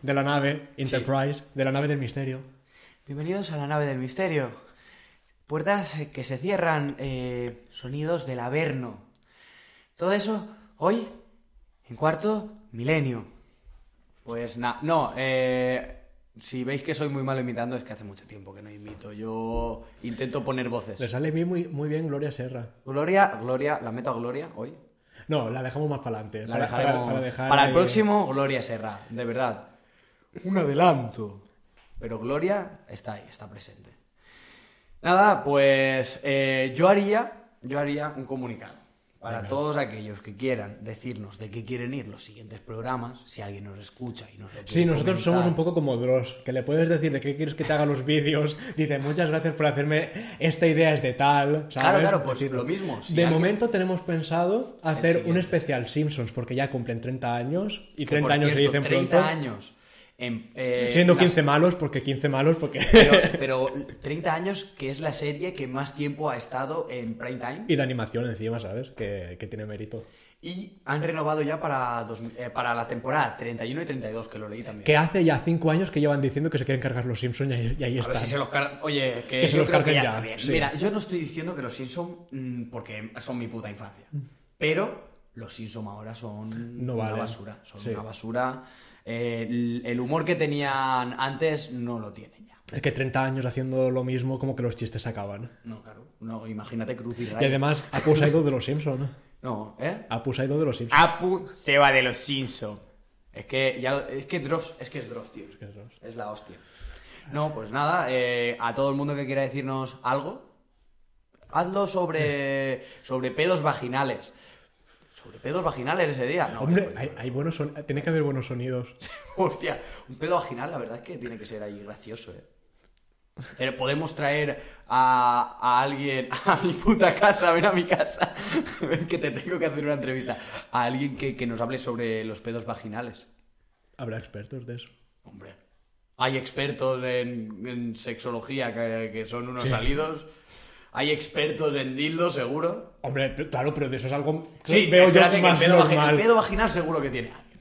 de la nave Enterprise, de la nave del misterio.
Bienvenidos a la nave del misterio. Puertas eh, que se cierran, eh, sonidos del averno. Todo eso hoy en cuarto milenio. Pues nada, no, eh, si veis que soy muy malo imitando es que hace mucho tiempo que no imito. Yo intento poner
Le
voces.
sale a mí muy, muy bien Gloria Serra.
Gloria, Gloria, la meto a Gloria hoy.
No, la dejamos más para adelante.
La dejaremos. Para,
dejar
el
ahí-
próximo, Gloria Serra, de verdad. Un adelanto. Pero Gloria está ahí, está presente. Nada, pues eh, yo haría, yo haría un comunicado para todos aquellos que quieran decirnos de qué quieren ir los siguientes programas, si alguien nos escucha y nos lo
Sí,
quiere
nosotros
comentar.
somos un poco como Dross, que le puedes decir de qué quieres que te haga los vídeos. Dice, muchas gracias por hacerme esta idea, es de tal. ¿sabes?
Claro, claro, pues
Decirlo.
lo mismo, si
de
alguien-
momento tenemos pensado hacer
siguiente.
un especial Simpsons, porque ya cumplen 30 años. Y
Que,
30
por
años
cierto,
se dicen
30
pronto.
años. en, eh,
siendo
las-
15 malos, porque 15 malos, porque.
Pero, pero 30 años que es la serie que más tiempo ha estado en prime time.
y de animación encima, ¿sabes? Que, que tiene mérito.
Y han renovado ya para, dos- eh, para la temporada 31 y 32, que lo leí también.
Que hace ya 5 años que llevan diciendo que se quieren cargar los Simpsons y, ahí- y ahí
A ver
están.
si se los cargan. Oye, que,
Que se
yo
los
creo que
carguen
ya,
ya,
está bien.
sí.
Mira, yo no estoy diciendo que los Simpson mm, porque son mi puta infancia. Pero los Simpson ahora son
Mm. No
una
valen.
basura. Son
Sí.
una basura. Eh, el el humor que tenían antes no lo tienen ya.
Es que 30 años haciendo lo mismo, como que los chistes se acaban.
No, claro. No, imagínate Cruz y
Y
Raya.
además, Apu se ha ido de los Simpsons.
No, ¿eh?
Apu se ha ido de los Simpsons.
Apu se va de los Simpson. Es que ya es que Dross, es que es Dross, tío. Es
que es Dross.
la hostia. No, pues nada, eh, a todo el mundo que quiera decirnos algo, hazlo sobre sobre pedos vaginales. Sobre pedos vaginales ese día. No,
Hombre,
pues,
hay, hay buenos son... tiene que haber buenos sonidos.
Hostia, un pedo vaginal, la verdad es que tiene que ser ahí gracioso, eh. Pero podemos traer a, a alguien a mi puta casa, ven a mi casa, ven que te tengo que hacer una entrevista. A alguien que, que nos hable sobre los pedos vaginales.
Habrá expertos de eso.
Hombre. Hay expertos en, en sexología que, que son unos salidos. Hay expertos en dildos, seguro.
Hombre, pero- claro, pero de eso es algo que
Sí,
veo yo
espérate que
más
el pedo, vagi- el
normal.
pedo vaginal seguro que tiene alguien.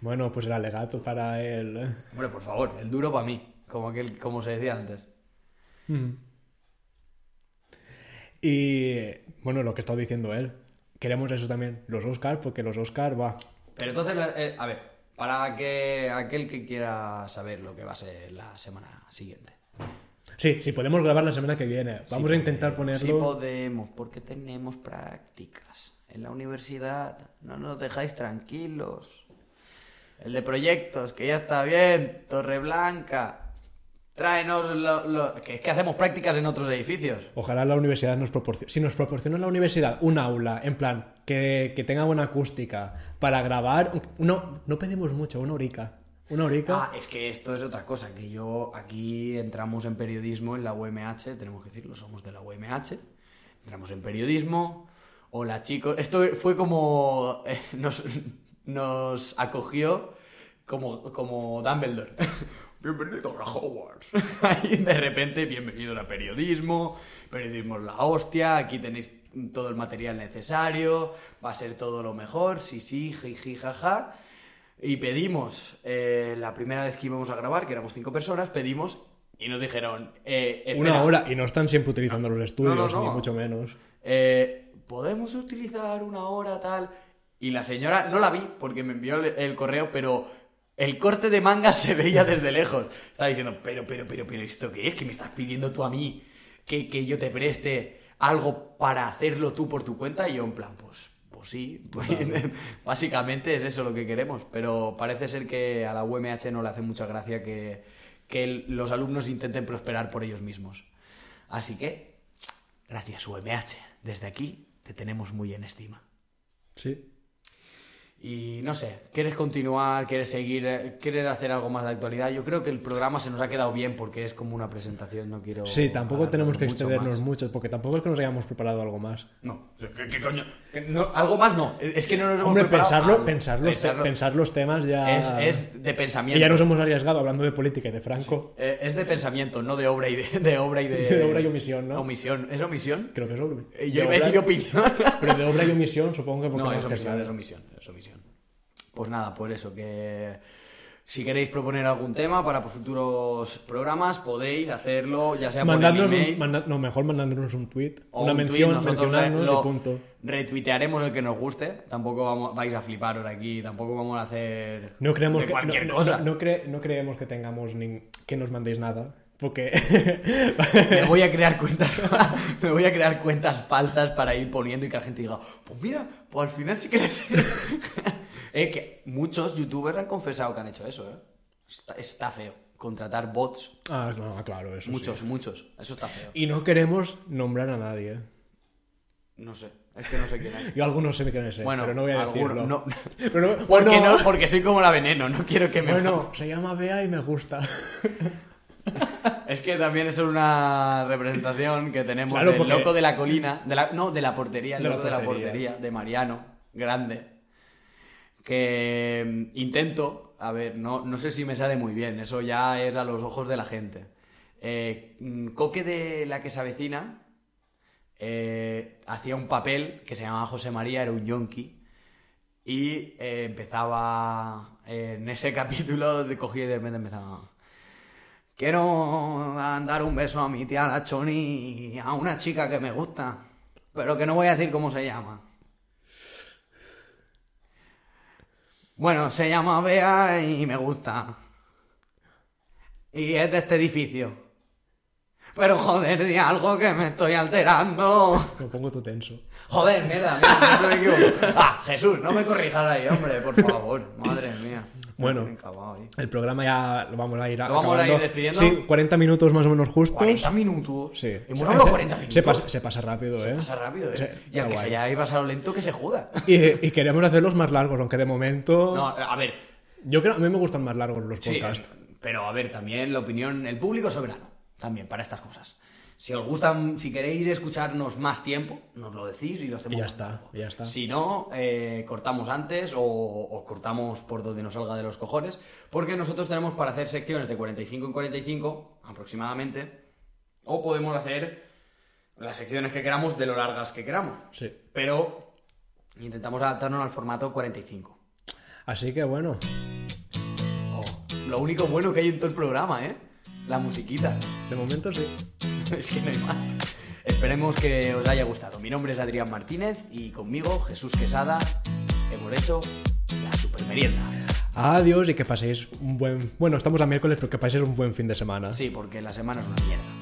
Bueno, pues el alegato para el...
Hombre, por favor, el duro para mí, como, aquel, como se decía antes.
Mm. Y bueno, lo que estaba diciendo él. Queremos eso también, los Oscar, porque los Oscar va.
Pero entonces, la- eh, a ver, para que aquel que quiera saber lo que va a ser la semana siguiente.
Sí, sí, podemos grabar la semana que viene. Vamos a intentar
Sí
ponerlo.
podemos, porque tenemos prácticas. En la universidad no nos dejáis tranquilos. El de proyectos, que ya está bien, Torreblanca. Tráenos lo, lo- que es que hacemos prácticas en otros edificios.
Ojalá la universidad nos proporcione. Si nos proporciona la universidad un aula, en plan, que, que tenga buena acústica, para grabar. un- No, no pedimos mucho, una horica. Una horica.
Ah, es que esto es otra cosa, que yo aquí entramos en periodismo en la UMH, tenemos que decirlo, somos de la UMH, entramos en periodismo, hola chicos, esto fue como eh, nos, nos acogió como, como Dumbledore. Bienvenidos a Hogwarts. Ahí de repente, bienvenidos a periodismo, periodismo es la hostia, aquí tenéis todo el material necesario, va a ser todo lo mejor, sí, sí, jiji, jaja. Y pedimos, eh, la primera vez que íbamos a grabar, que éramos cinco personas, pedimos y nos dijeron, eh, espera,
una hora. Y no están siempre utilizando los estudios,
no.
ni mucho menos.
eh, ¿podemos utilizar una hora tal? Y la señora, no la vi porque me envió el, el correo, pero el corte de manga se veía desde lejos. Estaba diciendo, pero, pero, pero, pero, ¿esto qué es? ¿Que me estás pidiendo tú a mí que, que yo te preste algo para hacerlo tú por tu cuenta? Y yo en plan, pues... Pues sí, pues, básicamente es eso lo que queremos, pero parece ser que a la UMH no le hace mucha gracia que, que el- los alumnos intenten prosperar por ellos mismos. Así que Gracias, UMH. Desde aquí te tenemos muy en estima.
Sí.
Y no sé, ¿quieres continuar? ¿Quieres seguir? eh, ¿Quieres hacer algo más de actualidad? Yo creo que el programa se nos ha quedado bien porque es como una presentación, no quiero...
Sí, tampoco
alargarlo
tenemos que
mucho
extendernos
más.
mucho, porque tampoco es que nos hayamos preparado algo más.
No, ¿qué, qué coño? ¿Qué- no? algo más no. Es que no nos hemos
Hombre,
preparado
pensarlo,
algo.
pensarlo,
Pensarlo.
pensar los temas ya.
Es, es de
Y
pensamiento.
ya nos hemos arriesgado hablando de política y de Franco.
Eh, es de pensamiento, no de obra y de... De obra y, de...
De obra y omisión, ¿no?
Omisión. ¿Es omisión?
Creo que es obra.
Eh, Yo
De
iba a decir
obra-
opinión.
Pero de obra y omisión, supongo que porque
No,
no
es
haces
omisión,
nada.
es omisión, es omisión. Pues nada, pues eso, que si queréis proponer algún tema para futuros programas, podéis hacerlo, ya sea
Mandadnos
por el
un,
email
manda- no, mejor mandándonos un tweet,
o
una
un tweet,
mención,
nosotros
mencionarnos
lo-
y punto.
retuitearemos el que nos guste, tampoco vamos, vais a fliparos aquí, tampoco vamos a hacer
No creemos
de
que,
cualquier
no, no-
cosa.
no cre- no creemos que tengamos nin- que nos mandéis nada. Porque.
Me voy a crear cuentas, me voy a crear cuentas falsas para ir poniendo y que la gente diga, pues mira, pues al final sí que les... Eh, que muchos youtubers han confesado que han hecho eso, ¿eh? Está, está feo. Contratar bots.
ah, no, claro, eso. sí.
Muchos, muchos. Eso está feo.
Y no queremos nombrar a nadie.
No sé. Es que no sé quién es.
Yo algunos sé quién es,
Bueno,
pero no voy a
alguno,
decirlo.
no.
Pero
Porque
no- bueno,
no, porque soy como la veneno, no quiero que me
Bueno, se llama Bea y me gusta.
Es que también es una representación que tenemos
Claro,
del
porque-
loco de la colina, de la, no, de la portería, el
De la
loco de la
portería.
portería, de Mariano, grande. Que mm, intento, a ver, no, no sé si me sale muy bien, eso ya es a los ojos de la gente. Eh, mm, Coque de la que se avecina eh, hacía un papel que se llamaba José María, era un yonki. Y eh, empezaba eh, en ese capítulo, de cogí y de repente empezaba. Quiero dar un beso a mi tía la Choni, a una chica que me gusta, pero que no voy a decir cómo se llama. Bueno, se llama Bea y me gusta. Y es de este edificio. Pero joder, di algo que me estoy alterando.
Me pongo todo tenso.
Joder, mierda, mierda, siempre me equivoco. Ah, Jesús, no me corrijas ahí, hombre, por favor. Madre mía. Me
Bueno.
tienen cavado ahí.
El programa ya lo vamos a ir
¿Lo vamos a ir
acabando.
despidiendo?
Sí, 40 minutos más o menos justos.
40 minutos.
Pues- Sí.
Hemos hablado
Se-
40 minutos.
Se pasa, se pasa rápido, ¿eh?
Pasa rápido, eh.
Se-
y al que
guay.
se haya ahí pasado lento, que se joda.
Y, y queremos hacerlos más largos, aunque de momento...
No, a ver,
Yo creo, a mí me gustan más largos los
sí,
podcasts.
pero a ver, también la opinión, el público es soberano, también, para estas cosas. Si os gustan, si queréis escucharnos más tiempo, nos lo decís y lo hacemos.
Y ya
más
está,
largo.
ya está.
Si no, eh, cortamos antes o, o cortamos por donde nos salga de los cojones, porque nosotros tenemos para hacer secciones de 45 en 45, aproximadamente, o podemos hacer las secciones que queramos de lo largas que queramos.
Sí.
Pero intentamos adaptarnos al formato 45.
Así que bueno,
Oh, lo único bueno que hay en todo el programa, ¿eh? La musiquita.
de momento sí.
Es que no hay más. Esperemos que os haya gustado. Mi nombre es Adrián Martínez y conmigo Jesús Quesada hemos hecho la supermerienda.
Adiós y que paséis un buen... Bueno, estamos a miércoles, pero que paséis un buen fin de semana.
Sí, porque la semana es una mierda.